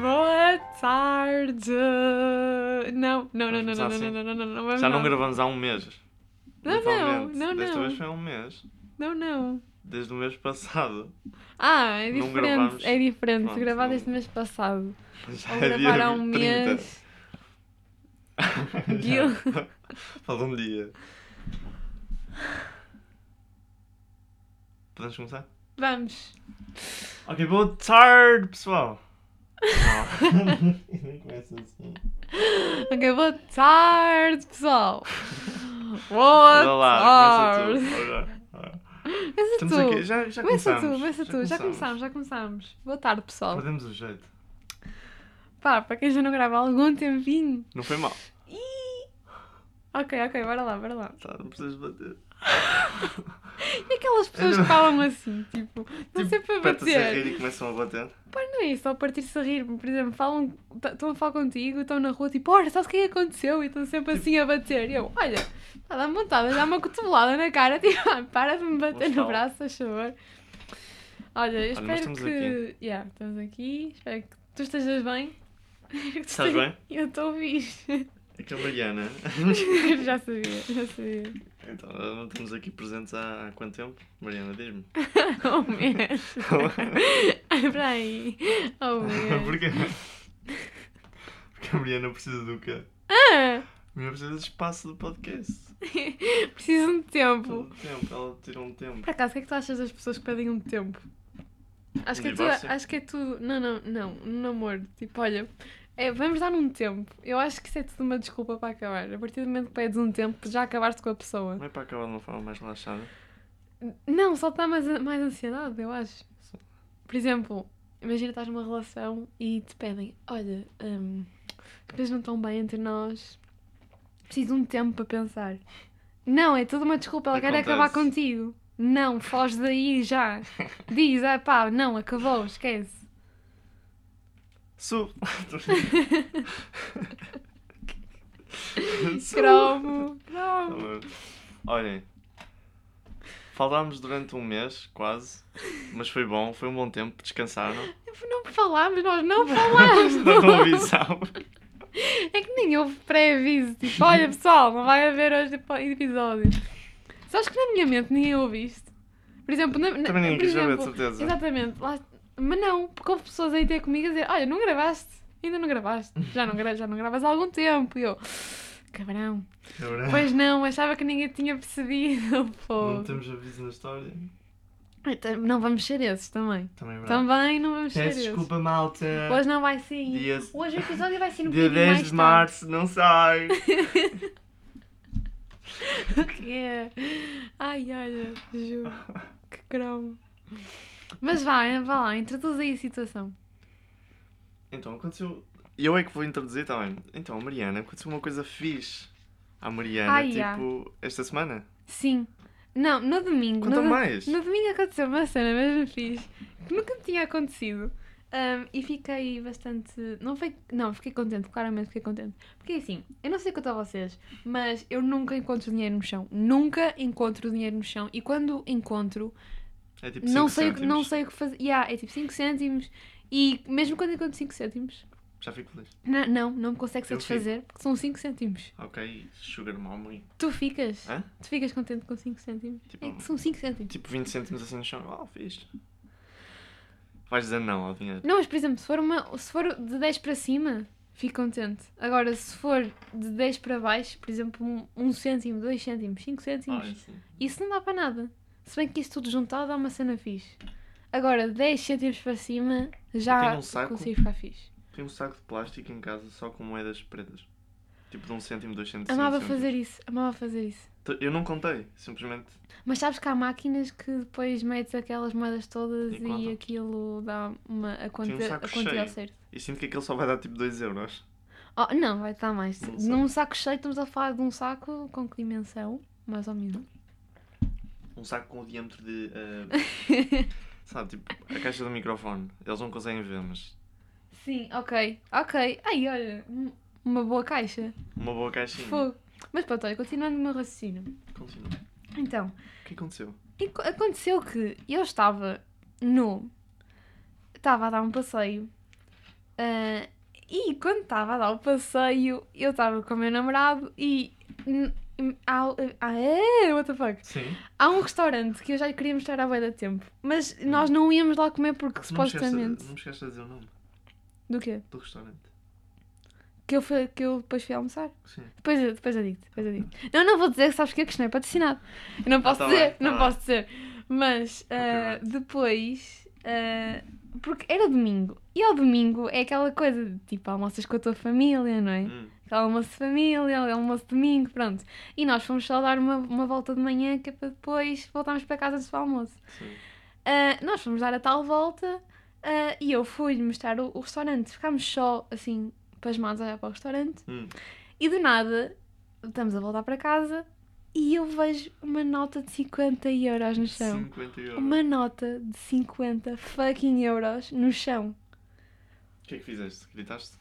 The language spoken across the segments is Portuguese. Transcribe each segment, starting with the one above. Boa tarde! Não, não, não, não, Vamos não, não, começar assim? não, não, não, não, não, Já não não, gravamos há um mês. Não, não, literalmente. não, Desta vez não, foi há um mês. não, não. Desde o mês passado. Ah, é Não diferente, gravámos. é diferente. Pronto, Gravar não- este mês passado. Já Ou é gravar dia há um 30. mês. Gil. Falta um dia. Podemos começar? Vamos. Ok, boa tarde, pessoal. Não. Não começa assim. Ok, boa tarde, pessoal. Boa Olha lá, tarde. começa tu. Olha, olha. Começa Estamos tu. aqui, já, Começa já começamos. tu, começa tu. Já começámos, já começámos. Boa tarde, pessoal. Perdemos o jeito. Pá, para quem já não grava há algum tempinho. Não foi mal. Ih! Ok, ok, bora lá, bora lá. Tá, não precisas bater. E aquelas pessoas não- que falam assim, tipo, não Tipo, sei para Apertam-se a rir bater. e começam a bater. Pá, não é isso, ao partir-se a rir. Por exemplo, falam, t- estão a falar contigo, estão na rua, tipo, olha, sabes o que é que aconteceu? E estão sempre assim a bater. E eu, olha, pá, dá-me vontade, dá uma cotovelada na cara, tipo, "Ah, para de me bater Gostava. no braço, a favor. Olha, eu Olha, espero nós estamos que. Yeah, estamos aqui, espero que tu estejas bem. Estás bem? Eu estou fixe. É que a Mariana. já sabia, já sabia. Então, não estamos aqui presentes há, há quanto tempo? Mariana, diz-me. Oh, man. Ai, peraí. Oh, man. Porquê? Porque a Mariana precisa do quê? Ah, A Mariana precisa de espaço do podcast. preciso de tempo. Todo o tempo, ela tira um tempo. Por acaso, o que é que tu achas das pessoas que pedem um tempo? Acho que, é tudo, Um Divórcio? acho que é tudo. Não, não, não. No namoro. Tipo, olha, é, vamos dar um tempo. Eu acho que isso é tudo uma desculpa para acabar. A partir do momento que pedes um tempo, já acabaste com a pessoa. Não é para acabar de uma forma mais relaxada? Não, só te dá mais, mais ansiedade, eu acho. Sim. Por exemplo, imagina estás numa relação e te pedem: Olha, hum, as coisas não estão bem entre nós, preciso de um tempo para pensar. Não, é toda uma desculpa, ela quer Acontece. acabar contigo. Não, foge daí já. Diz: Ah, pá, não, acabou, esquece. Su! Su! Cromo, Tá cromo. bem. Olhem, falámos durante um mês, quase, mas foi bom, foi um bom tempo, descansaram. Não falámos, nós Ah, não falámos. Não avisámos. É que nem houve pré-aviso. Tipo, olha pessoal, não vai haver hoje epo- episódio. Sabes que na minha mente ninguém ouve isto? Por exemplo, na, na, Também ninguém por quis saber, de exemplo, certeza. Exatamente. lá- mas não, porque houve pessoas aí ter comigo a dizer: Olha, não gravaste? Ainda não gravaste? Já não, gra já não gravas há algum tempo. E eu, cabrão. Cabrão. Pois oh. não, achava que ninguém tinha percebido. Pô. Não temos aviso na história. Então, Não vamos ser esses também. Também é verdade. Também não vamos ser Peço esses. desculpa, malta. Hoje não vai sair. Dia- Hoje o episódio vai ser um no Dia 10 de março, não sai. que é. Ai, olha, juro. Que cromo. Mas vá, eh, vá lá, introduz aí a situação. Então, aconteceu. Eu é que vou introduzir também. Então, Mariana, aconteceu uma coisa fixe à Mariana, Ai, tipo, já. esta semana. Sim. Não, no domingo. Conta no, do- mais. No domingo aconteceu uma cena mesmo fixe que nunca me tinha acontecido. Ahm, e fiquei bastante. Não, foi... não, fiquei contente, claramente fiquei contente. Porque assim, eu não sei quanto a vocês, mas eu nunca encontro dinheiro no chão. Nunca encontro dinheiro no chão. E quando encontro, É tipo 5 não sei, o que- não cêntimos. sei o que fazer. Yeah, é tipo 5 cêntimos. E mesmo quando encontro 5 cêntimos, Já fico feliz. Não, não, não me consegue Eu satisfazer porque são 5 cêntimos. Ok, sugar mommy. Tu ficas? Hã? Tu ficas contente com 5 cêntimos? Tipo, é que são 5 cêntimos. tipo 20 cêntimos assim no chão. Oh, fixe. Vais dizer não ao dinheiro. Não, mas por exemplo, se for, uma, se for de 10 para cima, fico contente. Agora, se for de 10 para baixo, por exemplo, 1 um, um cêntimo, 2 cêntimos, 5 Ah, cêntimos, isso. isso não dá para nada. Se bem que isso tudo juntado dá uma cena fixe. Agora, 10 cêntimos para cima, já tenho um saco. consigo ficar fixe. Tem um saco de plástico em casa só com moedas pretas. Tipo de 1 um cêntimo, 2 cêntimos. Amava cinco cêntimos. fazer isso, amava fazer isso. T- Eu não contei, simplesmente. Mas sabes que há máquinas que depois metes aquelas moedas todas E e, conta. um aquilo dá uma, a, quanti saco a quantidade cheio. certa. E sinto que aquele só vai dar tipo 2 euros. Oh, não, vai estar mais. Não sei. Num saco cheio, estamos a falar de um saco com que dimensão? Mais ou menos. Um saco com o diâmetro de. ah, sabe, tipo, a caixa do microfone. Eles não conseguem ver, mas. Sim, ok, ok. Ai, olha, um- uma boa caixa. Uma boa caixinha. Fogo. Mas pronto, olha, continuando o meu raciocínio. Continua. Então, O que aconteceu? E co- aconteceu que eu estava no. Estava a dar um passeio ah, E quando estava a dar o passeio, eu estava com o meu namorado e. n- n- há- Ah, é, what the fuck? Sim. Há um restaurante que eu já lhe queria mostrar há bué da tempo, mas nós não íamos lá comer porque Não me, esqueces, supostamente. não me esqueces de dizer o nome Do quê? do restaurante. Que eu, fui, que eu depois fui almoçar? Sim. Depois, eu- depois eu digo depois eu digo Não, não vou dizer, sabes o quê? Que isto não é patrocinado. Eu não posso tá dizer, bem, tá não bem. posso dizer. Mas ah, Copyright. depois, ah, porque era domingo, e ao domingo é aquela coisa de tipo almoças com a tua família, não é? Hum. Aquele almoço de família, aquele almoço de domingo, pronto. E nós fomos só dar uma, uma volta de manhã que é para depois voltarmos para casa antes do almoço. Sim. Ah, nós fomos dar a tal volta ah, e eu fui mostrar o, o restaurante. Ficámos só assim, pasmados a olhar para o restaurante. Hum. E do nada, estamos a voltar para casa e eu vejo uma nota de 50 euros no chão. 50 euros. Uma nota de 50 fucking euros no chão. O que é que fizeste? Gritaste?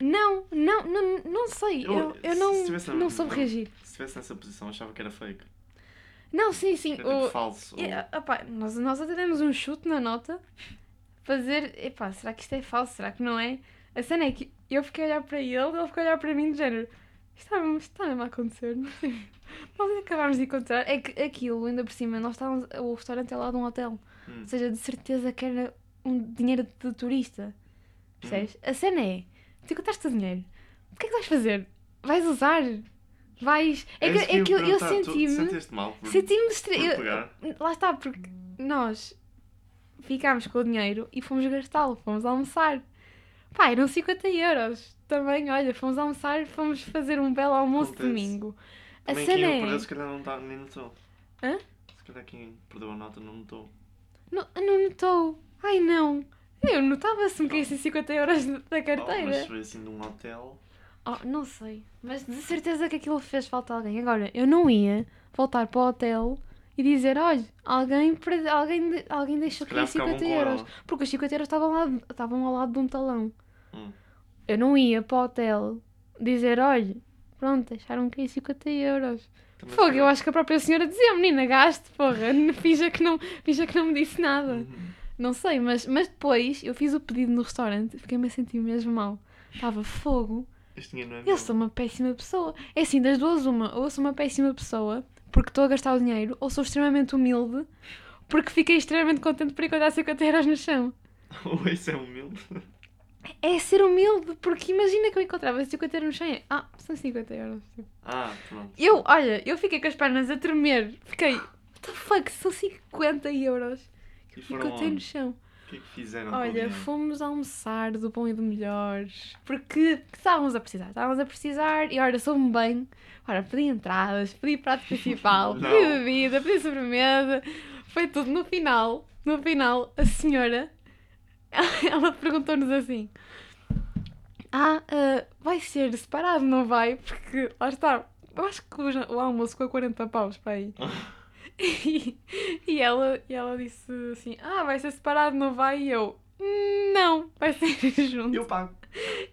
Não, não, não, não sei. Eu- Eu, eu, se tivesse a- não, não soube não. reagir. Se estivesse nessa posição, achava que era fake. Não, sim, sim. Era o- tipo falso. ou- E, ah, opá, nós, nós até demos um chute na nota. Fazer, epá, será que isto é falso? Será que não é? A cena é que eu fiquei a olhar para ele, ele ficou a olhar para mim, de género. Isto está, mesmo- isto está mesmo a acontecer, não sei. Nós acabámos de encontrar. É que aquilo, ainda por cima, nós estávamos. O restaurante é lá de um hotel. Hum. Ou seja, de certeza que era um dinheiro de turista. Percebes? Hum. A cena é: tu encontraste o dinheiro. O que é que vais fazer? Vais usar? Vais. É que, isso é que ia eu, eu perguntar. Tu senti-me. Sentiste mal por, Senti-me por estre... eu- pegar? Lá está, porque nós ficámos com o dinheiro e fomos gastá-lo, fomos almoçar. Pá, eram 50 euros. Também, olha, fomos almoçar, fomos fazer um belo almoço de Acontece. domingo. A Também cena quem é. o perdeu, se calhar não tá, nem notou. Hã? Se calhar quem perdeu a nota não notou. Não, não notou. Ai não. Eu notava se me caíssem 50 euros da Oh, mas carteira. foi assim de um hotel. Oh, não sei. Mas de certeza que aquilo fez falta a alguém. Agora, eu não ia voltar para o hotel e dizer: olha, alguém, perde- alguém, de- alguém deixou Se calhar cair ficavam 50 com euros. ela. Porque os 50 euros estavam, lá, estavam ao lado de um talão. Hum. Eu não ia para o hotel dizer, olha, pronto, deixaram cair 50 euros. Fogo, Também se eu calhar- acho que a própria senhora dizia, menina, gaste, porra, finja que não, finja que não me disse nada. Uhum. Não sei, mas, mas depois eu fiz o pedido no restaurante, fiquei-me a sentir mesmo mal. Estava fogo, Este dinheiro não é eu meu. sou uma péssima pessoa. É assim, das duas uma, ou eu sou uma péssima pessoa porque estou a gastar o dinheiro, ou sou extremamente humilde porque fiquei extremamente contente por encontrar 50 euros no chão. Ou isso é humilde. É ser humilde, porque imagina que eu encontrava 50 euros no chão. e- Ah, são 50 euros. Ah, pronto. Eu, olha, eu fiquei com as pernas a tremer. Fiquei, what the fuck, são 50 euros. E E foram contei no onde? chão. O que é que fizeram com o Olha, dinheiro? fomos almoçar do bom e do melhor. Porque estávamos a precisar, estávamos a precisar. E olha, soube-me bem. Ora, pedi entradas, pedi prato principal, pedi Não. bebida, pedi sobremesa. Foi tudo. No final, no final, a senhora, ela perguntou-nos assim. Ah, ah, vai ser separado, não vai? Porque, lá está, eu acho que o, jan- o almoço ficou a 40 paus para aí. E, e ela, e ela disse assim: Ah, vai ser separado, não vai? E eu: Não, vai ser junto. Eu pago.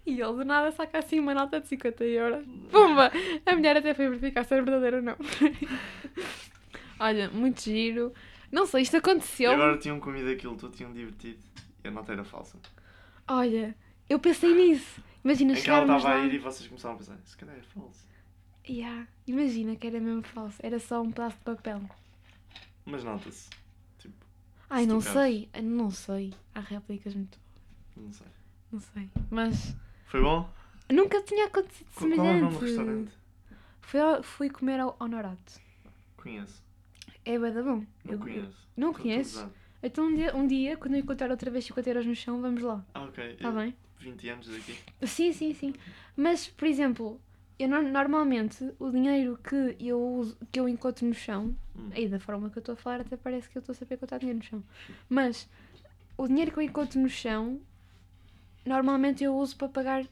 E ele do nada saca assim uma nota de 50 euros. Pumba! A mulher até foi verificar se era verdadeiro ou não. Olha, muito giro. Não sei, isto E aconteceu. agora tinham comido aquilo, tu tinham divertido. E a nota era falsa. Olha, eu pensei nisso. Imagina Em É que ela chegarmos estava lá. a ir e vocês começaram a pensar, se calhar é falso. Yeah, imagina que era mesmo falso. Era só um pedaço de papel. Mas nota-se. Tipo, Ai, Se tu não queres. sei. Não sei. Há réplicas muito. não sei. Não sei. Mas Foi bom? nunca tinha acontecido Qual qual é o semelhante. nome do restaurante? Fui, ao- fui comer ao Honorato. Conheço. É bué da bom. Não Eu- conheço. Não Tô- tô conheces? usado. Então um dia, um dia, quando eu encontrar outra vez 50 euros no chão, vamos lá. Ah, ok. Está Eu- Tá bem? 20 anos daqui. Sim, sim, sim. Mas, por exemplo, eu nor- normalmente o dinheiro que eu, uso- que eu encontro no chão, Hum. aí da forma que eu estou a falar, até parece que eu estou a saber contar dinheiro no chão. Mas o dinheiro que eu encontro no chão, normalmente eu uso para pagar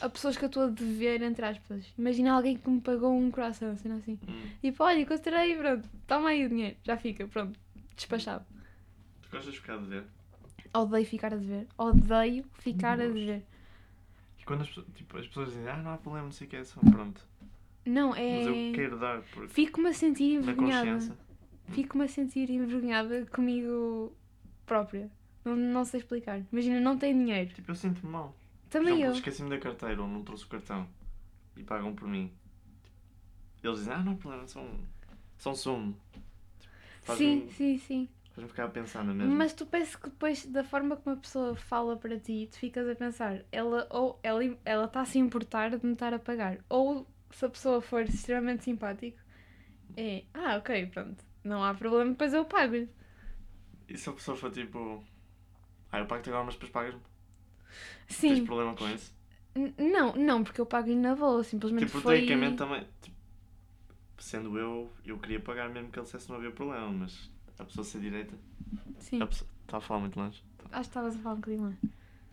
a pessoas que eu estou a dever, entre aspas. Imagina alguém que me pagou um croissant, sendo assim. Hum. Tipo, olha, encontrei, pronto, toma aí o dinheiro, já fica, pronto, despachado. Tu gostas de ficar de ver? Odeio ficar a dever, odeio ficar a Nojo. dever. E quando as, pessoas- tipo, as pessoas dizem, ah, não há problema, não sei o que é, só pronto. Não, Mas eu é. quero dar, porque Fico-me a sentir na envergonhada. consciência. Fico-me a sentir envergonhada comigo própria. Não, não sei explicar. Imagina, não tenho dinheiro. Tipo, eu sinto-me mal. Por Também exemplo, eu. esqueci-me da carteira ou não trouxe o cartão e pagam por mim. Eles dizem, ah, não, pá, são, são sumo. Tipo, Sim, Faz-me sim, sim. faz-me ficar a pensar é na mesma. Mas tu penso que depois da forma como a pessoa fala para ti, tu ficas a pensar, ela ou ela ela está a se importar de me estar a pagar, ou se a pessoa for extremamente simpático, é, ah, OK, pronto. Não há problema, depois eu pago-lhe. E se a pessoa for tipo, ah, eu pago-te agora, mas depois pagas-me? Tens Sim. problema com isso? N- Não, não, porque eu pago-lhe na boa, simplesmente Tipo, foi... tecnicamente também. tipo, sendo eu, eu queria pagar mesmo que ele dissesse que não havia problema, mas a pessoa ser direita. Sim, A pessoa. Está a falar muito longe. acho que estavas a falar um bocadinho lá.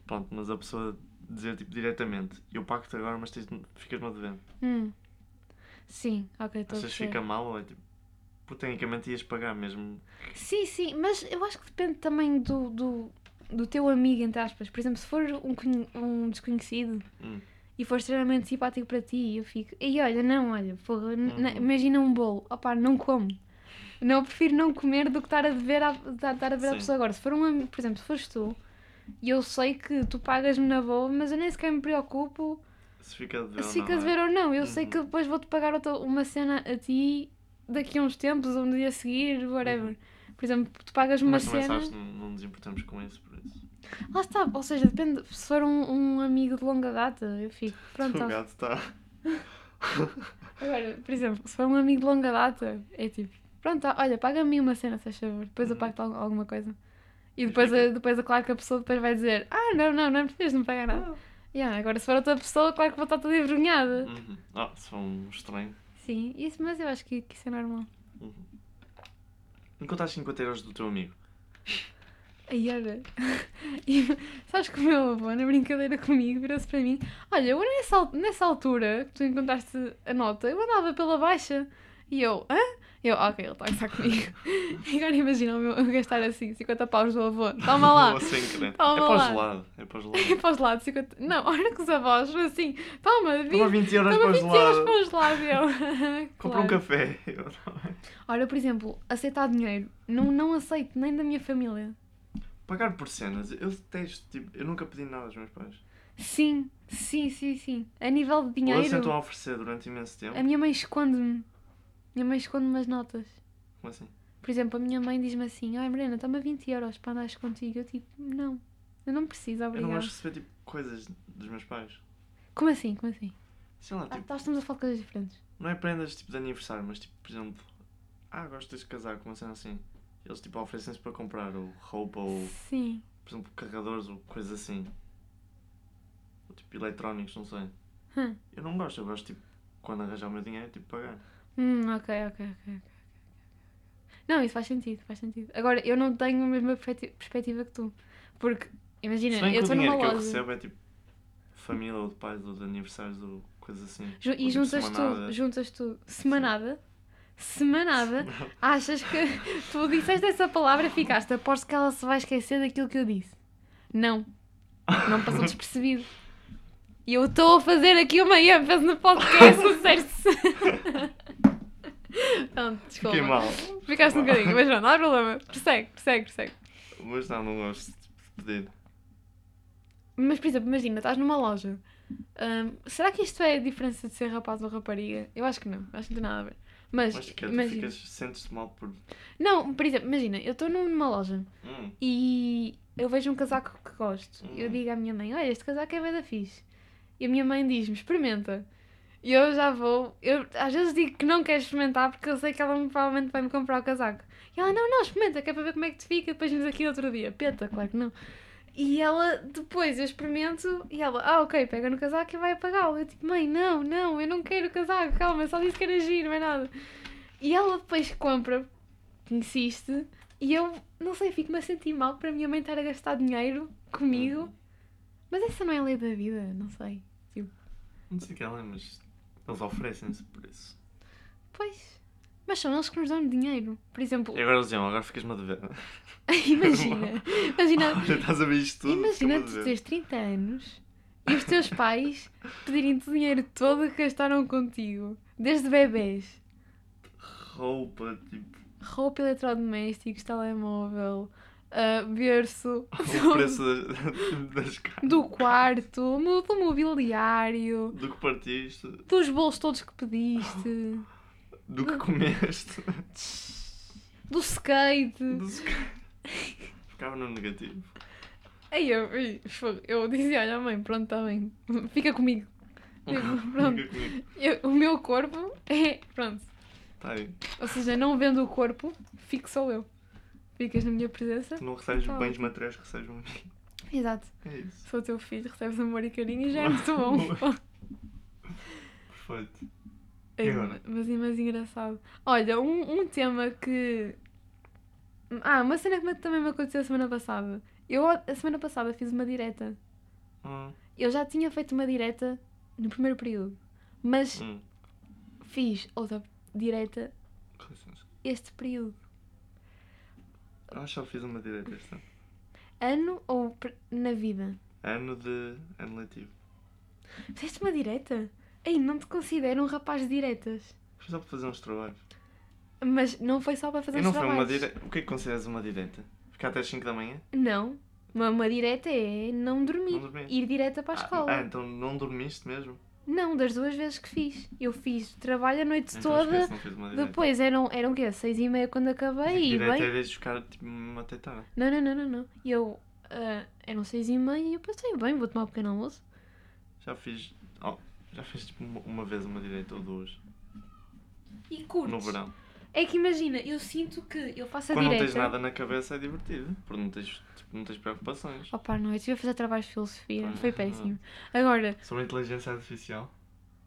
Pronto, mas a pessoa dizer tipo diretamente, eu pago-te agora, mas tens de- ficas-me a dever. Hum. Sim, ok, estou a Achas que perceber. fica mal ou é tipo. Porque tecnicamente ias pagar mesmo. Sim, sim, mas eu acho que depende também do, do, do teu amigo, entre aspas. Por exemplo, se for um, conhe- um desconhecido Hum. e for extremamente simpático para ti, eu fico. E olha, não, olha, porra, n- Uhum. n- imagina um bolo, opá, não como. Não, eu prefiro não comer do que estar a dever à, da- estar a dever à Sim. pessoa. Agora, se for um amigo, por exemplo, se fores tu, e eu sei que tu pagas-me na boa, mas eu nem sequer me preocupo Se fica a dever. se ou não, ficas a é? ver ou não. Eu sei Uhum. que depois vou-te pagar outra, uma cena a ti daqui a uns tempos, ou no dia a seguir, whatever. Uhum. Por exemplo, tu pagas uma Mas também cena. sabes, não, é? não nos importamos com isso, por isso. Lá está, ou seja, depende. Se for um, um amigo de longa data, eu fico. Pronto, o tá. um gato está. Agora, por exemplo, se for um amigo de longa data, é tipo, pronto, tá, olha, paga-me uma cena, se faz favor, depois eu Uhum. pago-te al- alguma coisa. E E depois, fica. a- depois é claro que a pessoa depois vai dizer, ah, não, não, não precisas de me pagar nada. Yeah, agora se for outra pessoa, claro que vou estar toda envergonhada. Ah. Uhum. Ah, se for um estranho. Sim, isso, mas eu acho que, que isso é normal. Uhum. Encontraste 50 euros do teu amigo. Aí olha, e, sabes que o meu avô, na brincadeira comigo, virou-se para mim: Olha, eu nessa, al- nessa altura que tu encontraste a nota, eu andava pela baixa. E eu, hã? Eu, ok, ele está a gostar comigo. E agora imagina o meu eu gastar assim 50 paus do avô: Toma lá! Ou sem querer. Toma é para lá. o gelado. É para o E gelado. para os lados, 50. Não, olha que os avós, assim: Toma, Toma vinte 20 euros para toma o 20 euros gelado. para os lados. E eu, Compra um claro. café. Eu não- Olha, por exemplo, aceitar dinheiro, não, não aceito nem da minha família. Pagar por cenas. Eu detesto. Tipo, eu nunca pedi nada aos meus pais. Sim, sim, sim, sim. A nível de Ou dinheiro. É eles tentam oferecer durante imenso tempo. A minha mãe esconde-me. Minha mãe esconde-me as notas. Como assim? Por exemplo, a minha mãe diz-me assim: Ai, Morena, toma 20 euros para andares contigo. Eu tipo, não, eu não preciso, Eu não obrigada. gosto de receber tipo, coisas dos meus pais. Como assim? Como assim? Sei lá, Ah, tipo, nós estamos a falar de coisas diferentes. não é prendas tipo, de aniversário, mas tipo, por exemplo, ah, gosto de casar, com uma cena assim. Eles tipo oferecem-se para comprar, ou roupa, ou Sim. por exemplo, carregadores, ou coisas assim. Ou tipo, eletrónicos, não sei. Hum. Eu não gosto, eu gosto tipo, quando arranjar o meu dinheiro, tipo, pagar. Hum, ok, ok, ok. ok. Não, isso faz sentido, faz sentido. Agora, eu não tenho a mesma perfecti- perspectiva que tu. Porque, imagina, Se eu bem que o estou numa dinheiro que loja. eu recebo é tipo família ou de pais ou de aniversários ou coisas assim. Ju- Ou, e tipo, juntas semanada. tudo, juntas tudo. Semanada. Semanada. Achas que tu disseste essa palavra e ficaste, aposto que ela se vai esquecer daquilo que eu disse. Não, Ah, não passou despercebido. E eu estou a fazer aqui uma ênfase no podcast, disseste-se. Pronto, desculpa. Fiquei mal. Ficaste um bocadinho, mas não, não há problema. Persegue, persegue, persegue. Mas não, não gosto tipo, de pedir. Mas, por exemplo, imagina, estás numa loja. Hum, será que isto é a diferença de ser rapaz ou rapariga? Eu acho que não, acho que não tem nada a ver. Mas, Mas que é, tu imagina. ficas, sentes-te mal por. Não, por exemplo, imagina, eu estou numa loja. Hum, e eu vejo um casaco que gosto. Eu Hum. digo à minha mãe: Olha, este casaco é da fixe. E a minha mãe diz-me: Experimenta. E eu já vou. Eu às vezes digo que não quero experimentar porque eu sei que ela me- provavelmente vai me comprar o casaco. E ela: Não, não, experimenta, que é para ver como é que te fica. Depois vimos aqui outro dia. Peta, claro que não. E ela, depois eu experimento e ela, ah, ok, pega no casaco e vai apagá-lo. Eu tipo, mãe, não, não, eu não quero o casaco, calma, só disse que era giro, não é nada. E ela depois compra, insiste, e eu, não sei, fico-me a sentir mal para a minha mãe estar a gastar dinheiro comigo. Mas essa não é a lei da vida, não sei. não sei o que ela é, mas eles oferecem-se por isso. Pois. Mas são eles que nos dão dinheiro. Por exemplo, E agora diziam, agora ficas-me a dever. imagina, imagina, Olha, estás a ver isto tudo? imagina ficas-me a tu dever. teres 30 anos e os teus pais pedirem-te o dinheiro todo que gastaram contigo, desde bebês. Roupa, tipo. Roupa, eletrodomésticos, telemóvel, ah, berço, O preço da- das caras. do quarto, mo- do mobiliário, Do que partiste, dos bolos todos que pediste, do que comeste. do skate. Dos ca- Ficava no negativo. Aí eu, ei, fogo, eu dizia, olha mãe, pronto, está bem, fica comigo. Tipo, pronto, Fica comigo. eu- o meu corpo é, pronto, Tá aí. ou seja, não vendo o corpo, fico só eu. Ficas na minha presença. Tu não recebes Tá bens materiais, recebes um. Exato, É isso. sou teu filho, recebes amor e carinho e já é muito bom. Perfeito. É, E agora? mas, mas engraçado. Olha, um, um tema que. Ah, uma cena que me- também me aconteceu a semana passada. Eu, a semana passada, fiz uma direta. Hum, Eu já tinha feito uma direta no primeiro período, mas hum. fiz outra direta Com licença. este período. Eu acho que já fiz uma direita este ano. Ano ou per- na vida? Ano de. ano letivo. Fizeste uma direta? Ei, não te considero um rapaz de diretas. Foi só para fazer uns trabalhos. Mas não foi só para fazer e os não foi uma trabalhos. direita. O que é que consideras uma direita? Ficar até às 5 da manhã? Não. Uma, uma direta é não dormir. Não dormir. Ir direta para a Ah, escola. Ah, então não dormiste mesmo? Não, das duas vezes que fiz. Eu fiz trabalho a noite Então toda. esquece, não fiz uma direita. Depois eram, eram o quê? Seis e meia quando acabei e direita bem. é vezes ficar tipo mesmo até tarde. Não, não, não, não, não. E eu ah, eram seis e meia e eu pensei, bem, vou tomar um pequeno almoço. Já fiz. oh, já fiz tipo uma, uma vez uma direita ou duas. E curto. No verão. É que imagina, eu sinto que eu faço a Quando não direta. tens nada na cabeça é divertido. Porque não tens, tipo, não tens preocupações. Opa, não, eu estive a fazer trabalho de filosofia. Ah. Foi péssimo. Agora, Sobre a inteligência artificial.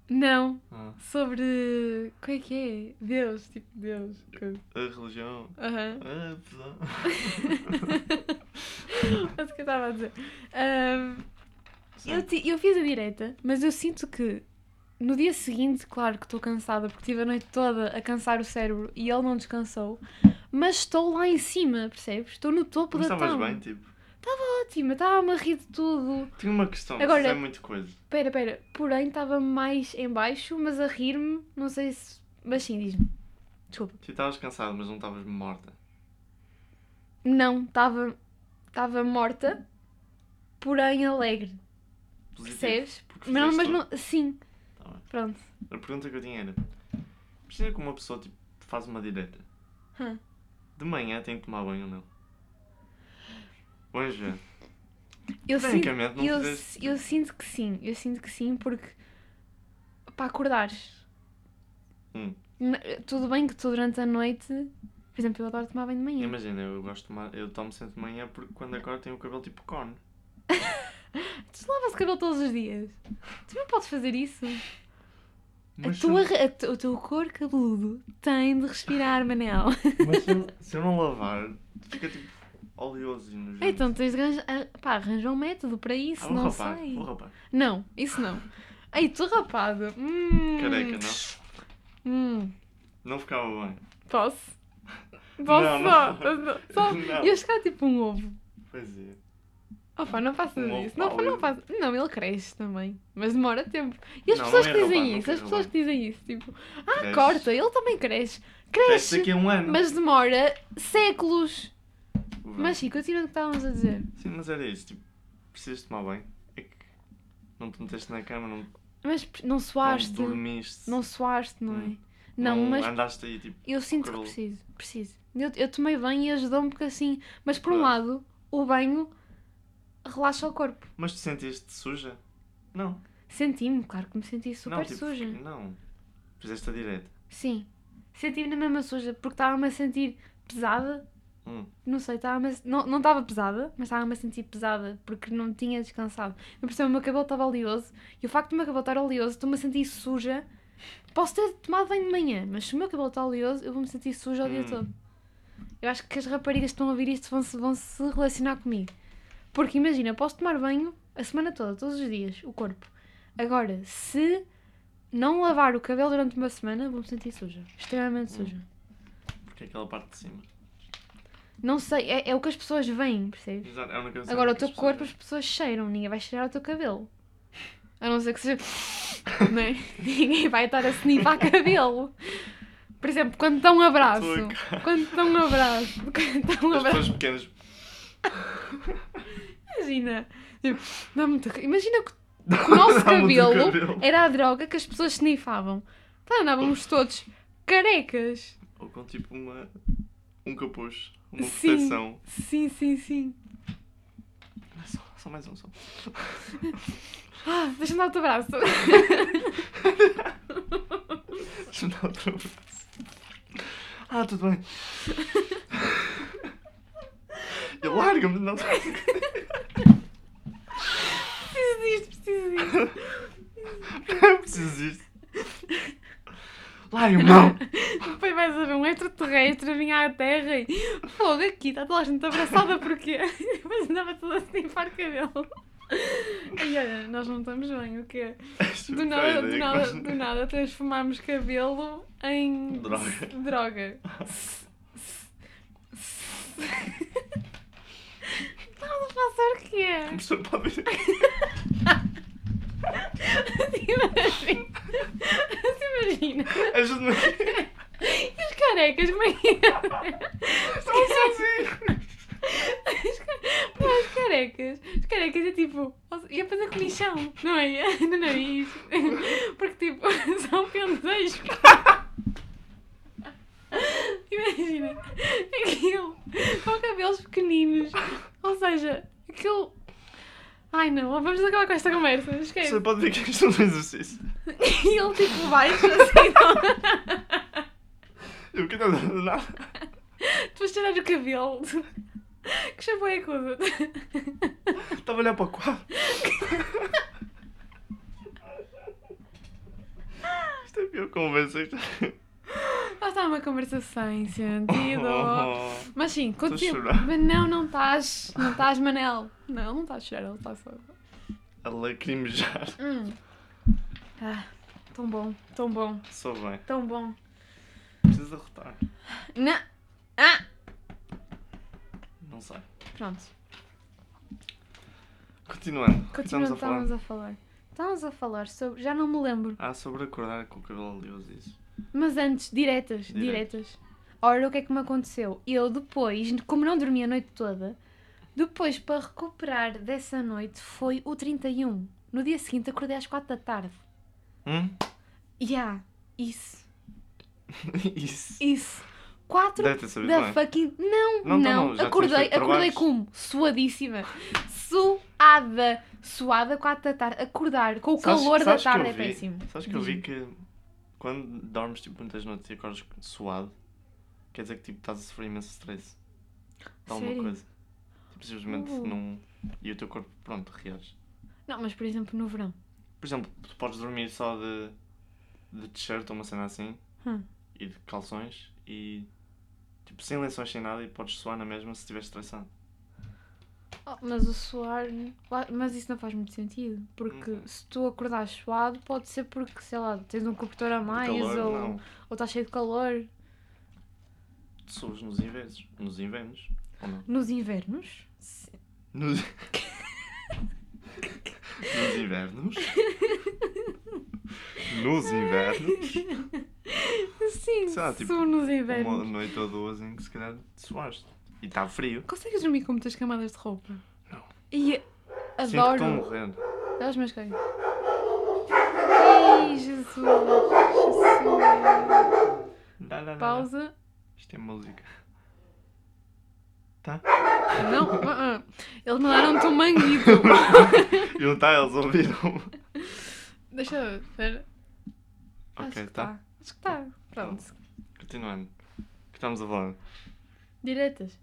não. Ah, Sobre. Como é que é? Deus, tipo, Deus. coisa. a religião. Aham. Ah, pessoal. Mas o que eu estava a dizer. Ahm, Eu, ti- eu fiz a direta, mas eu sinto que no dia seguinte, claro que estou cansada, porque tive a noite toda a cansar o cérebro e ele não descansou, mas estou lá em cima, percebes? Estou no topo Mas da Tá, estavas tão. bem, tipo. Ótima, estava-me a rir de tudo. Tinha uma questão, Agora- Agora... é muita coisa. Pera, pera, porém estava mais em baixo, mas a rir-me, não sei se... Mas sim, diz-me. Desculpa. Tu estavas cansado, mas não estavas morta. Não, estava estava morta, porém alegre, Positivo. percebes? Porque Mas, não- mas fizeste não... Sim, Tá bem. pronto. A pergunta que eu tinha era: imagina que uma pessoa tipo, faz uma direta. Hã. De manhã tem que tomar banho ou não? é Vamos ver. Eu sinto Tecnicamente não Eu, fizeste. si- eu sinto que sim, eu sinto que sim, porque para acordares, Hum. n- tudo bem que tu durante a noite, por exemplo, eu adoro tomar banho de manhã. Imagina, eu gosto de tomar, eu tomo sempre de manhã porque quando acordo tenho o cabelo tipo cone. Tu lavas o cabelo todos os dias, tu não podes fazer isso. A se tua, eu- ra- a tu- o teu cor cabeludo tem de respirar, Manel. mas se, eu, se eu não lavar, fica tipo oleoso e nojento. Então tens de arranjar, ah, pá, arranja um método para Ah, isso, vou não rapar, sei. vou rapar. Não, isso não. Ei, tu rapado. Hum, Careca, não? Hum, Não ficava bem. posso? Posso Não, só? não. só? Não. Eu chegar tipo um ovo. Pois é. Opa, não faças Um ovo isso. Não, pálido. não, faças... não, ele cresce também. Mas demora tempo. E as Não, pessoas não é que dizem roubar, não isso, as é pessoas roubar. que dizem isso, tipo, ah, Cresce. corta, ele também cresce. Cresce Cresce, daqui a um ano. mas demora séculos. O verão. Mas sim, continuando o que estávamos a dizer. Sim, mas era isso. Tipo, precisas tomar banho. É que não te meteste na cama, não, Mas p- não não suaste, não, dormiste. suaste, não é? Hum. Não, mas Andaste aí tipo. eu sinto que cabelo. preciso, preciso. Eu, eu tomei banho e ajudou-me porque assim, mas por um Verdade. lado, o banho relaxa o corpo. Mas tu sentiste suja? Não. Senti-me, claro que me senti super não, tipo, suja. fiquei- Não. Fizeste a direta. Sim. Senti-me na mesma suja, porque estava-me a sentir pesada. Hum. Não sei, estava-me a... não, não estava pesada, mas estava-me a sentir pesada, porque não tinha descansado. Eu percebo, o meu cabelo estava oleoso, e o facto do meu cabelo estar oleoso, estou-me a sentir suja. Posso ter tomado banho de manhã, mas se o meu cabelo está oleoso, eu vou-me sentir suja o dia Hum. todo. Eu acho que as raparigas que estão a ouvir isto vão se, vão se relacionar comigo. Porque imagina, posso tomar banho a semana toda, todos os dias, o corpo. Agora, se não lavar o cabelo durante uma semana, vou-me sentir suja. Extremamente Hum. suja. Porque é aquela parte de cima. Não sei, é, é o que as pessoas veem, percebes? Exato, é a única coisa Agora, o que as teu corpo as pessoas pessoas cheiram, ninguém vai cheirar o teu cabelo. A não ser que seja. não é? Ninguém vai estar a snifar cabelo. Por exemplo, quando estão um abraço. Estou a ca- Quando estão um abraço. Quando estão um veem. As abraço. pessoas pequenas. Imagina. Tipo, dá muita... ra- Imagina que o nosso Dá muito cabelo é era a droga que as pessoas snifavam. Então andávamos todos carecas. Ou com tipo uma, um capuz, uma Sim. proteção. Sim, sim, sim. Só, só mais um, só. Ah, deixa-me dar o teu braço. Deixa me dar outra vez. Ah, tudo bem. Eu larga-me, não. Preciso disto, preciso disto. Não preciso disto. Larga-me, não. Depois vais a ver um extraterrestre a vir à Terra e fogo aqui, está toda a gente abraçada porque depois andava toda a limpar cabelo. E olha, nós não estamos bem, o quê? Do nada, do nada, do nada transformámos cabelo em Droga. droga. Estás a fazer o quê? Começou para ver. Imagina. Imagina. Ajuda-me aqui. E os carecas, como é que é? Estão sozinhos. Os ca- Não, os carecas. Os carecas é tipo. ia fazer comichão, não é? No nariz. Porque tipo, são pendejos. Imagina, aquilo. Com cabelos pequeninos. Ou seja, aquilo. Ai não, vamos acabar com esta conversa. Esquece. Você pode ver que isto é um exercício. E ele tipo baixa assim. não. Eu que não dou nada. Tu vais tirar o cabelo. Que chapéu é que usa? Estava a olhar para o quadro. Isto é a pior conversa. Isto é- Lá está uma conversa sem sentido. Oh. Mas sim, a continua. chorar. Mas não, não estás. Não estás, Manel. Não, ele não está a chorar, ele está só. A lacrimejar. Hum. Ah, tão bom, tão bom, Só bem. tão bom. Preciso derrotar. Não. Ah! Não sei. Pronto, Continuando. continuando, é Estamos a falar. estávamos a falar. Estávamos a falar sobre. Já não me lembro. Ah, sobre acordar com o cabelo oleoso isso. Mas antes, diretas, Diretas. diretas. Ora, o que é que me aconteceu? Eu depois, como não dormi a noite toda, depois para recuperar dessa noite foi o 31. No dia seguinte acordei às 4 da tarde. Hum? Yeah, isso, Isso. isso. 4 Deve ter sabido da bem. fucking. Não, Não, não, então não, já tinhas acordei, feito acordei trabalhos. como? Suadíssima. Suada. Suada, 4 da tarde. Acordar com o Sabes- calor sabes que da eu tarde é vi- péssimo. Sabes que eu vi que quando dormes tipo muitas noites e acordas suado, quer dizer que tipo estás a sofrer imenso stress. De alguma Sério? coisa. Tipo, simplesmente Uh. não. E o teu corpo, pronto, reage. Não, mas por exemplo, no verão. Por exemplo, tu podes dormir só de, de t-shirt ou uma cena assim Hum. e de calções e tipo sem lençóis sem nada e podes suar na mesma se estiver estressado. Oh, mas o suar. lá- Mas isso não faz muito sentido. Porque Uhum. se tu acordares suado, pode ser porque, sei lá, tens um cobertor a De mais calor, ou, não. ou estás cheio de calor. Tu suas nos invernos. Nos invernos? Ou não? Nos invernos. se- Nos, nos invernos? Nos invernos? Sim, Sei lá, sou tipo, nos Uma invernos. noite ou duas em que se calhar te suaste. E está frio. Consegues dormir com muitas camadas de roupa? Não. E Sinto que estou a adoro. morrer. Dá os meus cães. Ai, Jesus. Jesus. Lá, lá, lá, lá. Pausa. Isto é música. Tá? Não, ah, ah. eles mandaram-te um manguito. E não está, tá, eles ouviram. Deixa eu ver. Acho ok, que tá. tá. Acho que tá. Pronto. Continuando. O que estamos a falar? Diretas.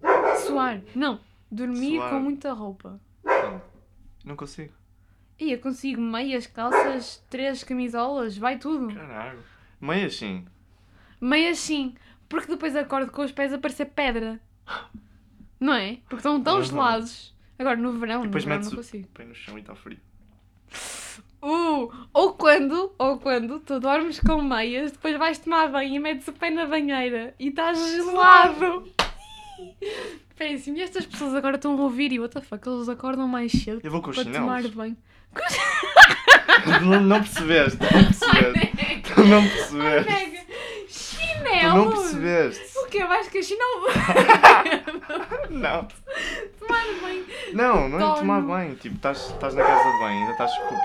Suar. Não. Dormir Suar. com muita roupa. Não, não consigo. E eu consigo meias, calças, três camisolas, vai tudo. Caralho. assim, Meias sim. Meias sim, porque depois acordo com os pés a parecer pedra. Não é? Porque estão tão Aham. gelados. Agora no verão, Depois no verão metes não o- consigo. Põe no chão e está frio. Uh, ou quando, ou quando tu dormes com meias, depois vais tomar banho e metes o pé na banheira e estás gelado. Péssimo, e estas pessoas agora estão a ouvir e what the fuck, eles acordam mais cedo Eu vou com os para tomar chinelos. banho. não, não percebeste, não percebeste. Tu não percebeste. Mega. Tu não Chinelos! percebeste. O quê? Vais que a chinelo Não. tomar tomar banho. Não, não é Torno. tomar banho. Tipo, estás estás na casa de banho, ainda estás com o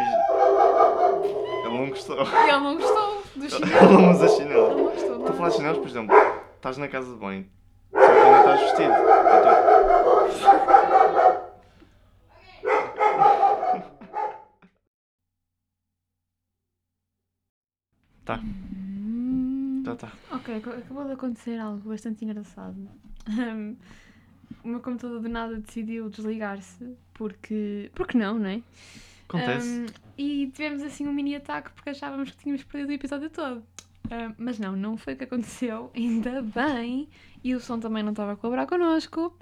pijama. Ele não gostou. E ele não gostou do Ele chinelo. não usa Ele chinelo. não gostou. Estou a falar de chinelos, por exemplo, estás na casa de banho, só que ainda estás vestido. Então, Hum, já está. Hum. Ok, ac- acabou de acontecer algo bastante engraçado. Ahm, o meu computador do nada decidiu desligar-se porque. Porque não, não é? Acontece. Ahm, e tivemos assim um mini ataque porque achávamos que tínhamos perdido o episódio todo. Ahm, mas não, não foi o que aconteceu, ainda bem. E o som também não estava a colaborar connosco.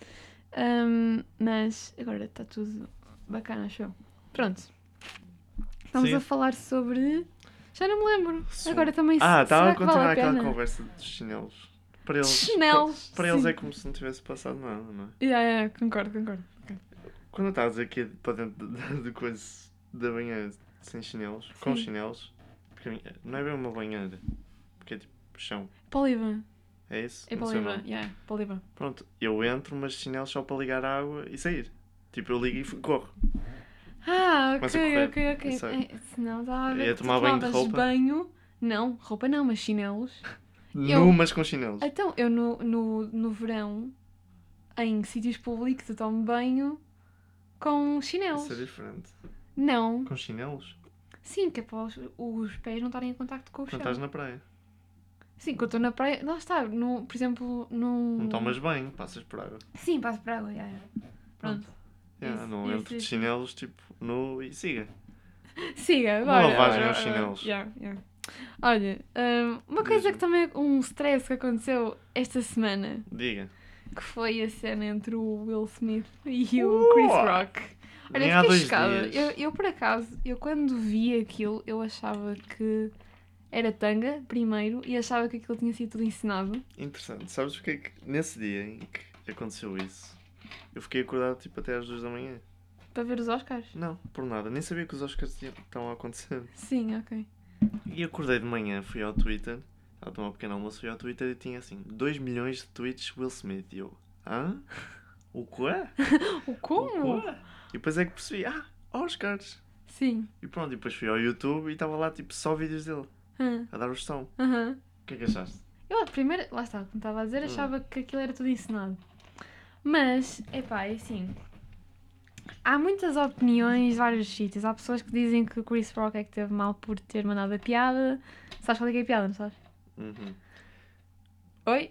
Ahm, mas agora está tudo bacana, acho eu. Pronto. Estamos Sim. a falar sobre. Já não me lembro. Sim. Agora também se- Ah, será estava a que vale continuar a aquela pena? conversa dos chinelos. Para eles, Chinelos, para, para eles sim. é como se não tivesse passado nada, não é? Yeah, yeah, concordo, concordo. Quando eu estás aqui para dentro do- do coisa da banheira sem chinelos, com Sim. chinelos, porque a minha- não é bem uma banheira, porque é tipo chão, Polivan. é isso? É Não sei o Polivan, nome. yeah, Polivan. Pronto, eu entro, mas chinelos só para ligar a água e sair. Tipo, eu ligo e f- corro. Ah, Começa a ok, correr, ok, eu ok. sei. É, Se não dá a ver Ia que tu tomar banho de tomavas roupa? banho. Não, roupa não, mas chinelos. Eu- Nu, mas com chinelos. Então, eu no, no, no verão, em sítios públicos, eu tomo banho com chinelos. Isso é diferente. Não. Com chinelos? Sim, que é para os, os pés não estarem em contacto com o Não chão. estás na praia. Sim, quando estou na praia, lá está, no, por exemplo, num... Não tomas banho, passas por água. Sim, passo para água, já, já. Pronto. Yeah, Isso, não isso, entro de isso. chinelos, tipo, nu e siga. Siga, Uma agora. lavagem agora, aos agora. chinelos. Yeah, yeah. Olha, hum, uma coisa Diz-me. que também, um stress que aconteceu esta semana, Diga. que foi a cena entre o Will Smith e o Chris Uau! Rock. Uh! Nem Olha, eu há fiquei dois chocada. dias. Eu, eu, por acaso, eu quando vi aquilo, eu achava que era tanga, primeiro, e achava que aquilo tinha sido tudo ensinado. Interessante. Sabes porque é que nesse dia em que aconteceu isso, eu fiquei acordado tipo até às duas da manhã. Para ver os Oscars? Não, por nada. Nem sabia que os Oscars tinham- estavam a acontecer. Sim, ok. E acordei de manhã, fui ao Twitter, a tomar um pequeno almoço, fui ao Twitter e tinha assim 2 milhões de tweets Will Smith. E eu, hã? O quê? O como? O quê? E depois é que percebi, ah, Oscars. Sim. E pronto, e depois fui ao YouTube e estava lá tipo só vídeos dele, Hã, a dar o som. Aham. O que é que achaste? Eu, primeiro, lá está, como estava a dizer, achava que aquilo era tudo ensinado. Mas, epá, é assim. Há muitas opiniões de vários sítios. Há pessoas que dizem que o Chris Rock é que teve mal por ter mandado a piada. Sabes qual é que é a piada, não sabes? Uhum. Oi?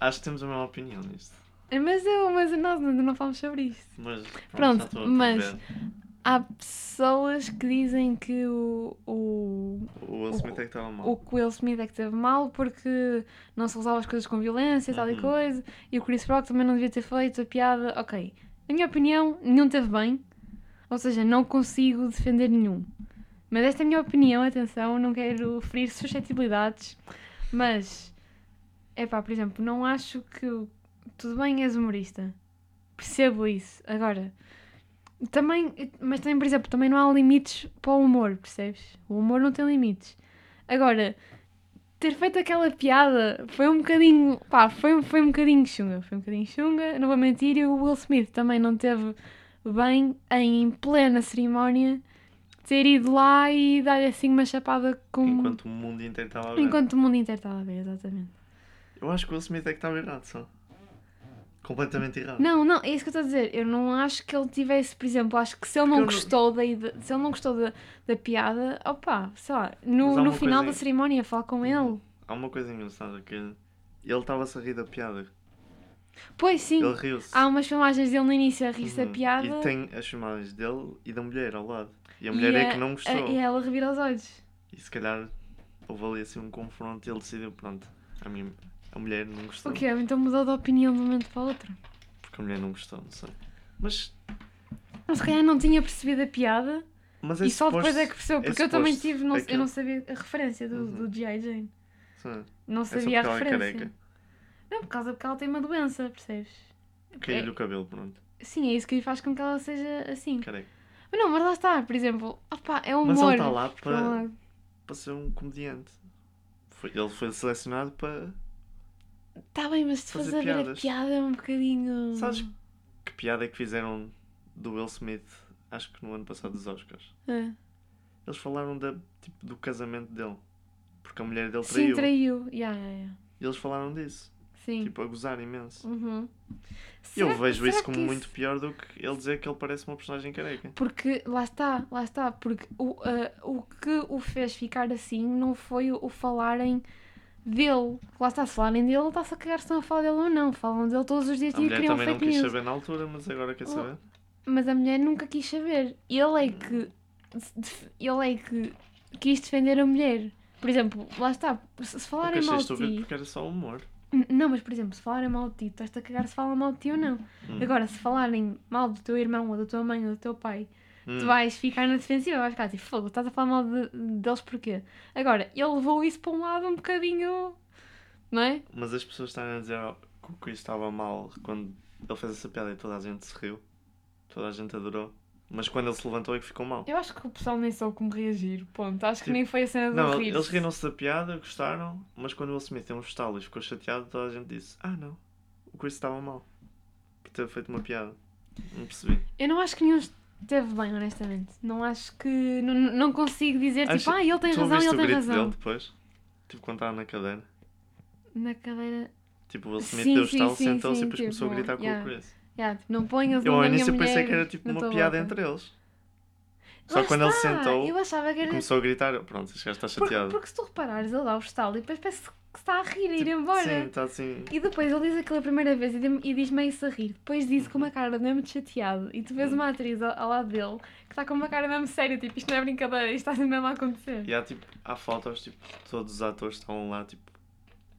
Acho que temos a mesma opinião nisto. Mas eu, mas nós ainda não falamos sobre isto. Mas Pronto, já estou a mas- perceber. Há pessoas que dizem que o, o, O Will Smith é que estava mal. o que o Will Smith é que teve mal porque não se resolve as coisas com violência e tal e Uhum. coisa. E o Chris Rock também não devia ter feito a piada. Ok. Na minha opinião, nenhum teve bem. Ou seja, não consigo defender nenhum. Mas esta é a minha opinião, atenção, não quero ferir suscetibilidades. Mas, é pá, por exemplo, não acho que. o- Tudo bem, és humorista. Percebo isso. Agora, também. Mas também, por exemplo, também não há limites para o humor, percebes? O humor não tem limites. Agora, ter feito aquela piada foi um bocadinho. pá, foi, foi um bocadinho chunga. Foi um bocadinho chunga, não vou mentir. E o Will Smith também não teve bem em, plena cerimónia ter ido lá e dar assim uma chapada com. Enquanto o mundo inteiro estava a ver. enquanto o mundo inteiro estava a ver, exatamente. Eu acho que o Will Smith é que estava errado só. Completamente errado. Não, não, é isso que eu estou a dizer. Eu não acho que ele tivesse, por exemplo, acho que se ele Porque não eu não- gostou da, ide- se ele não gostou da, da piada, opá, sei lá, Mas no, há no final uma coisa Uhum. da em- cerimónia falar com ele. Há uma coisa engraçada que ele estava-se a rir da piada. Pois sim. Ele riu-se. Há um umas filmagens dele no início a rir-se Uhum. da é piada. E tem as filmagens dele e da mulher ao lado. E a mulher é que não gostou. E ela revira os olhos. E se calhar houve ali assim um confronto e ele decidiu, pronto, a, minha, a mulher não O gostou. quê? Então mudou de opinião de um momento para o outro. Porque a mulher não gostou, não sei. Mas, Mas se calhar não tinha percebido a piada mas é e só depois suposto- é que percebeu. é Porque eu também suposto tive, não, eu aquilo. não sabia a referência do, Uhum. do G.I. Jane. Sim. Não só sabia a porque ela é referência. careca. não, por causa que ela tem uma doença, percebes? Caiu-lhe É. o é cabelo, pronto. Sim, é isso que lhe faz com que ela seja assim. Careca. Mas não, mas lá está, por exemplo, opá, é um Mas humor. ele está lá por um para, lado. para ser um comediante. Foi- ele foi selecionado para. Tá bem, mas se fores fazer a ver a piadas. piada é um bocadinho. Sabes que piada que fizeram do Will Smith, acho que no ano passado dos Oscars. Ah. Eles falaram da, tipo, do casamento dele, porque a mulher dele Sim, traiu. traiu. Yeah, yeah, yeah. E eles falaram disso, Sim. tipo, a gozar imenso. Uhum. E eu Será- vejo será isso que como muito pior do que ele dizer que ele parece uma personagem careca. Porque lá está, lá está, porque o, ah, o que o fez ficar assim não foi o, o falarem dele. Lá está, se falarem dele, ele está-se a cagar se estão a falar dele ou não. Falam dele todos os dias A e mulher criam também não um fake quis news. saber na altura, mas agora quer Oh. saber. Mas a mulher nunca quis saber. Ele é que. def- Ele é que quis defender a mulher. Por exemplo, lá está, se se Porque falarem achei mal de estúpido ti. porque era só humor. N- Não, mas por exemplo, se falarem mal de ti, tu estás a cagar se falam mal de ti ou não. Hum. Agora, se falarem mal do teu irmão ou da tua mãe ou do teu pai, Hum. tu vais ficar na defensiva, vais ficar assim, fogo, estás a falar mal de- deles porquê? Agora, ele levou isso para um lado um bocadinho. Não é? Mas as pessoas estarem a dizer ó, que o Chris estava mal quando ele fez essa piada e toda a gente se riu, toda a gente adorou. Mas quando ele se levantou é que ficou mal. Eu acho que o pessoal nem soube como reagir, ponto. Acho que Tipo, nem foi a cena do Não, rir. eles riram-se da piada, gostaram, mas quando o Will Smith deu um estalo e ficou chateado, toda a gente disse: Ah, não, o Chris estava mal por ter feito uma piada. Não percebi. Eu não acho que nenhum esteve bem, honestamente. Não acho que. Não, não consigo dizer Acho- tipo, ah, ele tem tu razão, ouviste ele o tem grito razão. dele depois? Tipo, quando estava na cadeira. Na cadeira. Tipo, o Will Smith Sim, deu o sim, estalo, sim, sentou-se sim, e depois começou a tipo, gritar yeah. com o Chris. Yeah, tipo, não ponhas Eu o ao nome da início minha pensei mulher que era tipo na uma tua piada boca. entre eles. Lá Só quando ele está, sentou Eu achava que e era. começou a gritar: Pronto, este gajo está Porque, chateado. porque se tu reparares, ele dá o estalo e depois parece que está a rir, a ir Tipo, embora. Sim, está assim. E depois ele diz aquilo a primeira vez e dem- e diz meio-se a rir. Depois diz com uma cara mesmo de chateado. E tu vês uma atriz ao, ao lado dele que está com uma cara mesmo séria, tipo, isto não é brincadeira, isto está assim mesmo a acontecer. E há tipo, há fotos, tipo, todos os atores estavam lá, tipo,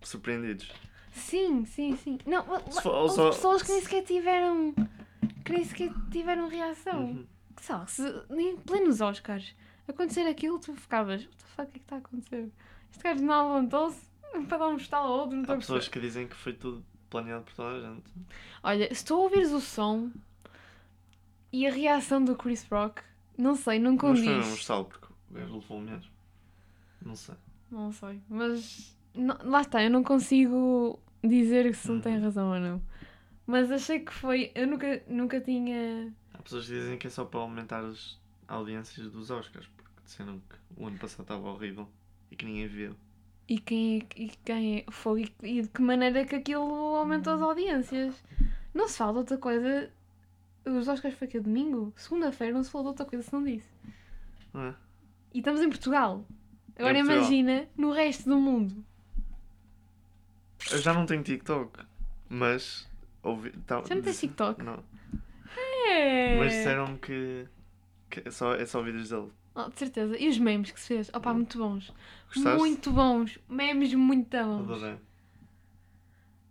surpreendidos. Sim, sim, sim. Não, Se mas, for- houve só- pessoas que nem sequer tiveram. que nem sequer tiveram reação. Uhum. Que só, se, nem em plenos Oscars acontecer aquilo, tu ficavas, what the fuck o que é que está a acontecer? Este gajo não levantou-se para dar um estalo ao outro, não estou Há a perceber. pessoas que dizem que foi tudo planeado por toda a gente. Olha, se tu ouvires o som e a reação do Chris Rock, não sei, não Mas foi mesmo um condiz. estalo, porque o gajo levou mesmo. Não sei. Não sei, mas não- lá está, eu não consigo dizer se ele tem Uhum. razão ou não. Mas achei que foi. Eu nunca, nunca tinha. Há pessoas que dizem que é só para aumentar as audiências dos Oscars, porque disseram que o ano passado estava horrível e que ninguém viu. E quem, é e quem foi e, e de que maneira que aquilo aumentou Uhum. as audiências. Não se fala de outra coisa. Os Oscars foi que domingo? Segunda-feira não se falou de outra coisa se não disse. Não é? E estamos em Portugal. Agora Em É Portugal. imagina no resto do mundo. Eu já não tenho TikTok, mas ouvi. Tá, Já não tens disse- TikTok? Não. É. Mas disseram que, que é, só, é só vídeos dele. Oh, de certeza. E os memes que se fez? Opa, muito bons. Gostaste? Muito bons. Memes muito bons. Adorei.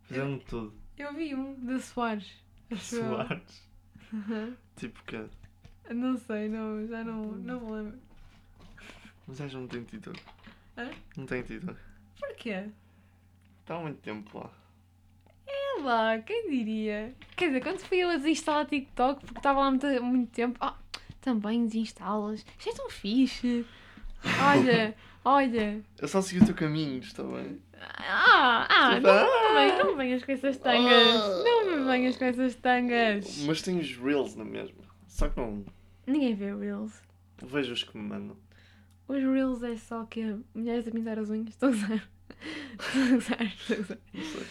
Fizeram de tudo. Eu vi um de Soares. acho eu. Soares. Uhum. Tipo que. Não sei, não, já não, não me lembro. Mas acho que não tem TikTok. Hã? Não tem TikTok. Porquê? Está há muito tempo lá. Sei lá, quem diria? Quer dizer, quando fui eu a desinstalar TikTok, porque estava lá muito, muito tempo. Ah, também desinstalas. Isto é tão fixe. Olha, olha. Eu só segui o teu caminho, está bem? Ah, ah, não, não, me venhas- não me venhas com essas tangas. Não me venhas com essas tangas. Mas tenho os reels na mesma. Só que não Ninguém vê Reels. vejo os que me mandam. Os Reels é só que é mulheres a pintar as unhas. Estou a usar. Estou a usar, estou a usar. Não sei.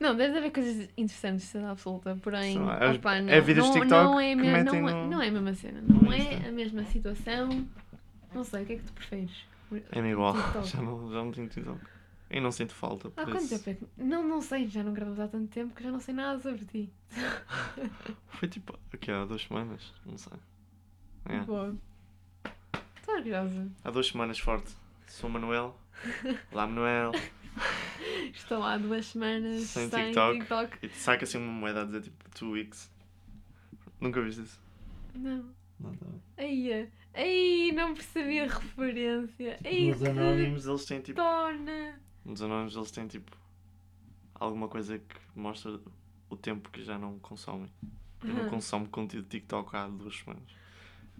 Não, deve haver coisas interessantes, certeza absoluta. Porém, Sei lá, é- opa, é não, vídeos não, TikTok não é, a que me- metem não, é- no- não é a mesma cena. no Não é Insta. a mesma situação. Não sei, o que é que tu preferes? É igual. TikTok. Já não, já não tenho TikTok. E não sinto falta. Há Por quanto isso. tempo é que. Não, não sei, já não gravamos há tanto tempo que já não sei nada sobre ti. Foi tipo. aqui Há duas semanas? Não sei. É. Boa. Estou orgulhosa. Há duas semanas forte. Sou Manuel. Olá, Manuel. Estou há duas semanas Sem sem, TikTok. TikTok. E te saca assim uma moeda a dizer tipo two weeks. Nunca viste isso? Não. Não, tá bem. Aí, aí, não percebi a referência. Aí, Nos que anónimos eles têm tipo. torna. Nos anónimos eles têm tipo alguma coisa que mostra o tempo que já não consomem. Eu não Aham. consumo conteúdo TikTok há duas semanas.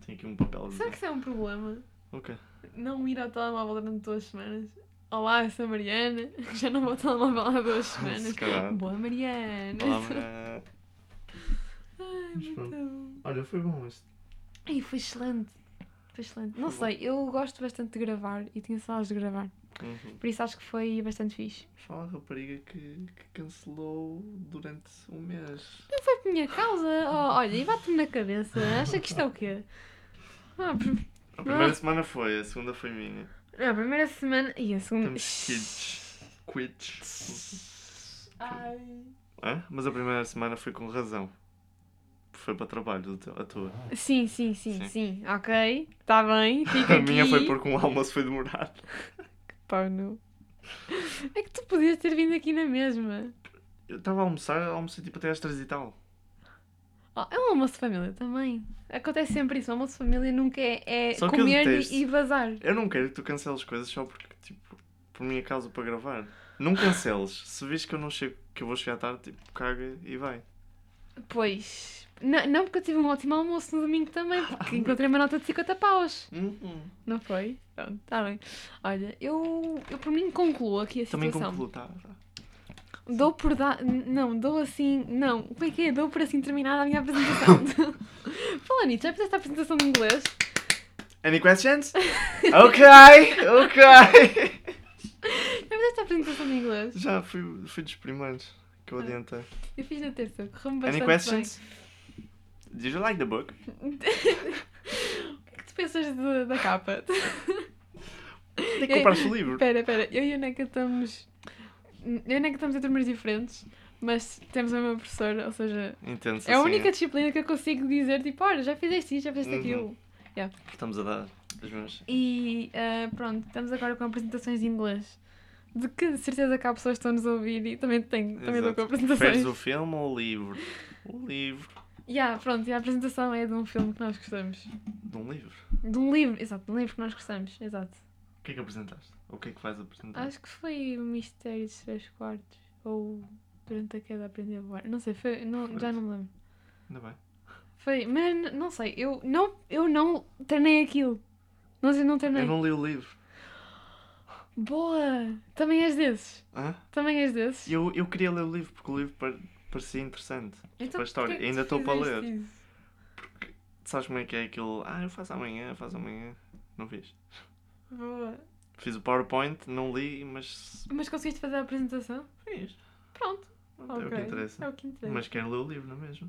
Tenho aqui um papel a Será dizer. que isso é um problema? Ok. Não ir ao telemóvel durante duas semanas? Olá, eu sou a Mariana. Já não vou ao telemóvel há duas Se semanas. calhar. Boa, Mariana. Olá, Ai, Maria. Ai, Mas muito pronto. bom. Olha, foi bom este. Ai, foi excelente. Foi excelente. Não Foi bom. sei, eu gosto bastante de gravar e tinha saudades de gravar. Uhum. Por isso acho que foi bastante fixe. Fala a rapariga que, que cancelou durante um mês. Não foi por minha causa. Oh, olha, e bate-me na cabeça. Acha que isto é o quê? Ah, pr- A primeira Ah. semana foi, a segunda foi minha. a primeira semana e a segunda. Temos kids. Quits. Ai. Hã? Mas a primeira semana foi com razão. Foi para trabalho, a tua- a tua. Sim, sim, sim, Sim. sim, Ok, está bem. Fica A minha aqui. foi porque um almoço foi demorado. Pau, não. É que tu podias ter vindo aqui na mesma. Eu estava a almoçar, almocei tipo até às três e tal. Oh, é um almoço de família também. Acontece sempre isso. O almoço de família nunca é, é Só que eu comer detesto. e, e vazar. Eu não quero que tu canceles coisas só porque, tipo, por minha causa para gravar. Não canceles. Se vês que eu não chego, que eu vou chegar tarde, tipo, caga e vai. Pois. Não, não, porque eu tive um ótimo almoço no domingo também, porque encontrei uma nota de 50 paus. Não foi? Pronto, tá bem. Olha, eu, eu por mim concluo aqui a Também situação. concluo, tá? tá. Dou por dar. Não, dou assim. Não, como é que é? Dou por assim terminada a minha apresentação. Fala nisso, já fizeste a apresentação de inglês? Any questions? ok, ok. Já fizeste a apresentação de inglês? Já fui, fui dos primeiros que eu Ah. adiantei. Eu fiz na terça, correu-me bastante. Any questions? Did you like the book? Bem. o que é que tu pensas de- da capa? Tem que É. comprar o livro. Espera, espera, eu e a Neca estamos. Eu e a Neca estamos em turmas diferentes, mas temos a mesma professora, ou seja, Intenso É a assim, única disciplina que eu consigo dizer, tipo, olha, já fizeste isto, já fizeste Uhum. aquilo. Estamos a dar as mãos. E ah, pronto, estamos agora com apresentações de inglês. De que de certeza que há pessoas que estão-nos a ouvir e também tenho, também dou Exato. com Preferes apresentações. o filme ou o livro? O livro. Yeah, pronto, e a apresentação é de um filme que nós gostamos. De um livro. De um livro, exato, de um livro que nós gostamos, exato. O que é que apresentaste? O que é que vais apresentar? Acho que foi o Mistério dos Três Quartos, ou Durante a Queda Aprendi a Voar, não sei, foi, não, já não me lembro. Ainda bem. Foi, mas n- não sei, eu não, eu não treinei aquilo. Não sei, não treinei. Eu não li o livro. Boa! Também és desses? Hã? Também és desses? Eu, eu queria ler o livro porque o livro par- parecia interessante. Então, a história. porquê que Ainda tu estou para fizeste ler. isso? Sabes como é que é aquilo? Ah, eu faço amanhã, eu faço amanhã. Não fiz. Boa. Fiz o PowerPoint, não li, mas Mas conseguiste fazer a apresentação? fiz. Pronto. É o que ok. interessa. É o que interessa. Mas quero ler o livro, não é mesmo?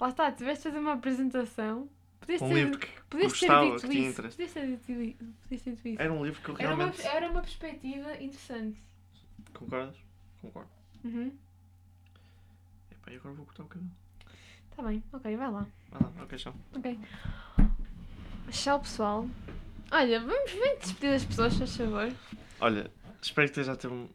Lá está, tiveste de fazer uma apresentação. Podias Um ter, livro que podias ter gostava, que dito tinha isso. interesse. Podias ter dito, i- podias ter dito isso. era um livro que eu Era uma, é. realmente. era uma perspectiva interessante. Concordas? Concordo. Uhum. Epá, e agora vou cortar o cabelo. Tá bem, ok, vai lá. Vai lá, ok, tchau. Ok. Tchau, pessoal. Olha, vamos bem despedir das pessoas, faz favor. Olha, espero que estejam a ter um.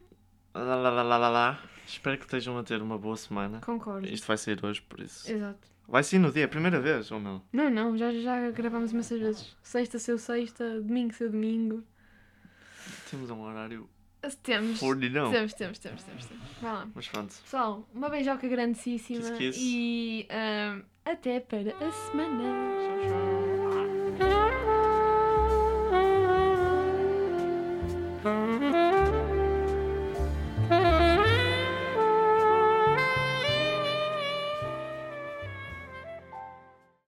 Lá, lá, lá, lá, lá, lá. Espero que estejam a ter uma boa semana. Concordo. Isto vai sair hoje, por isso. Exato. Vai sair no dia, é a primeira vez ou não? Não, não, já, já gravámos imensas vezes. Sexta, seu sexta, domingo, seu domingo. Temos um horário Temos. fordidão. Temos, temos, temos, temos, temos. Vai lá. Mas pronto, Pessoal, uma beijoca grandíssima Kiss, kiss. e ahm, até para a semana.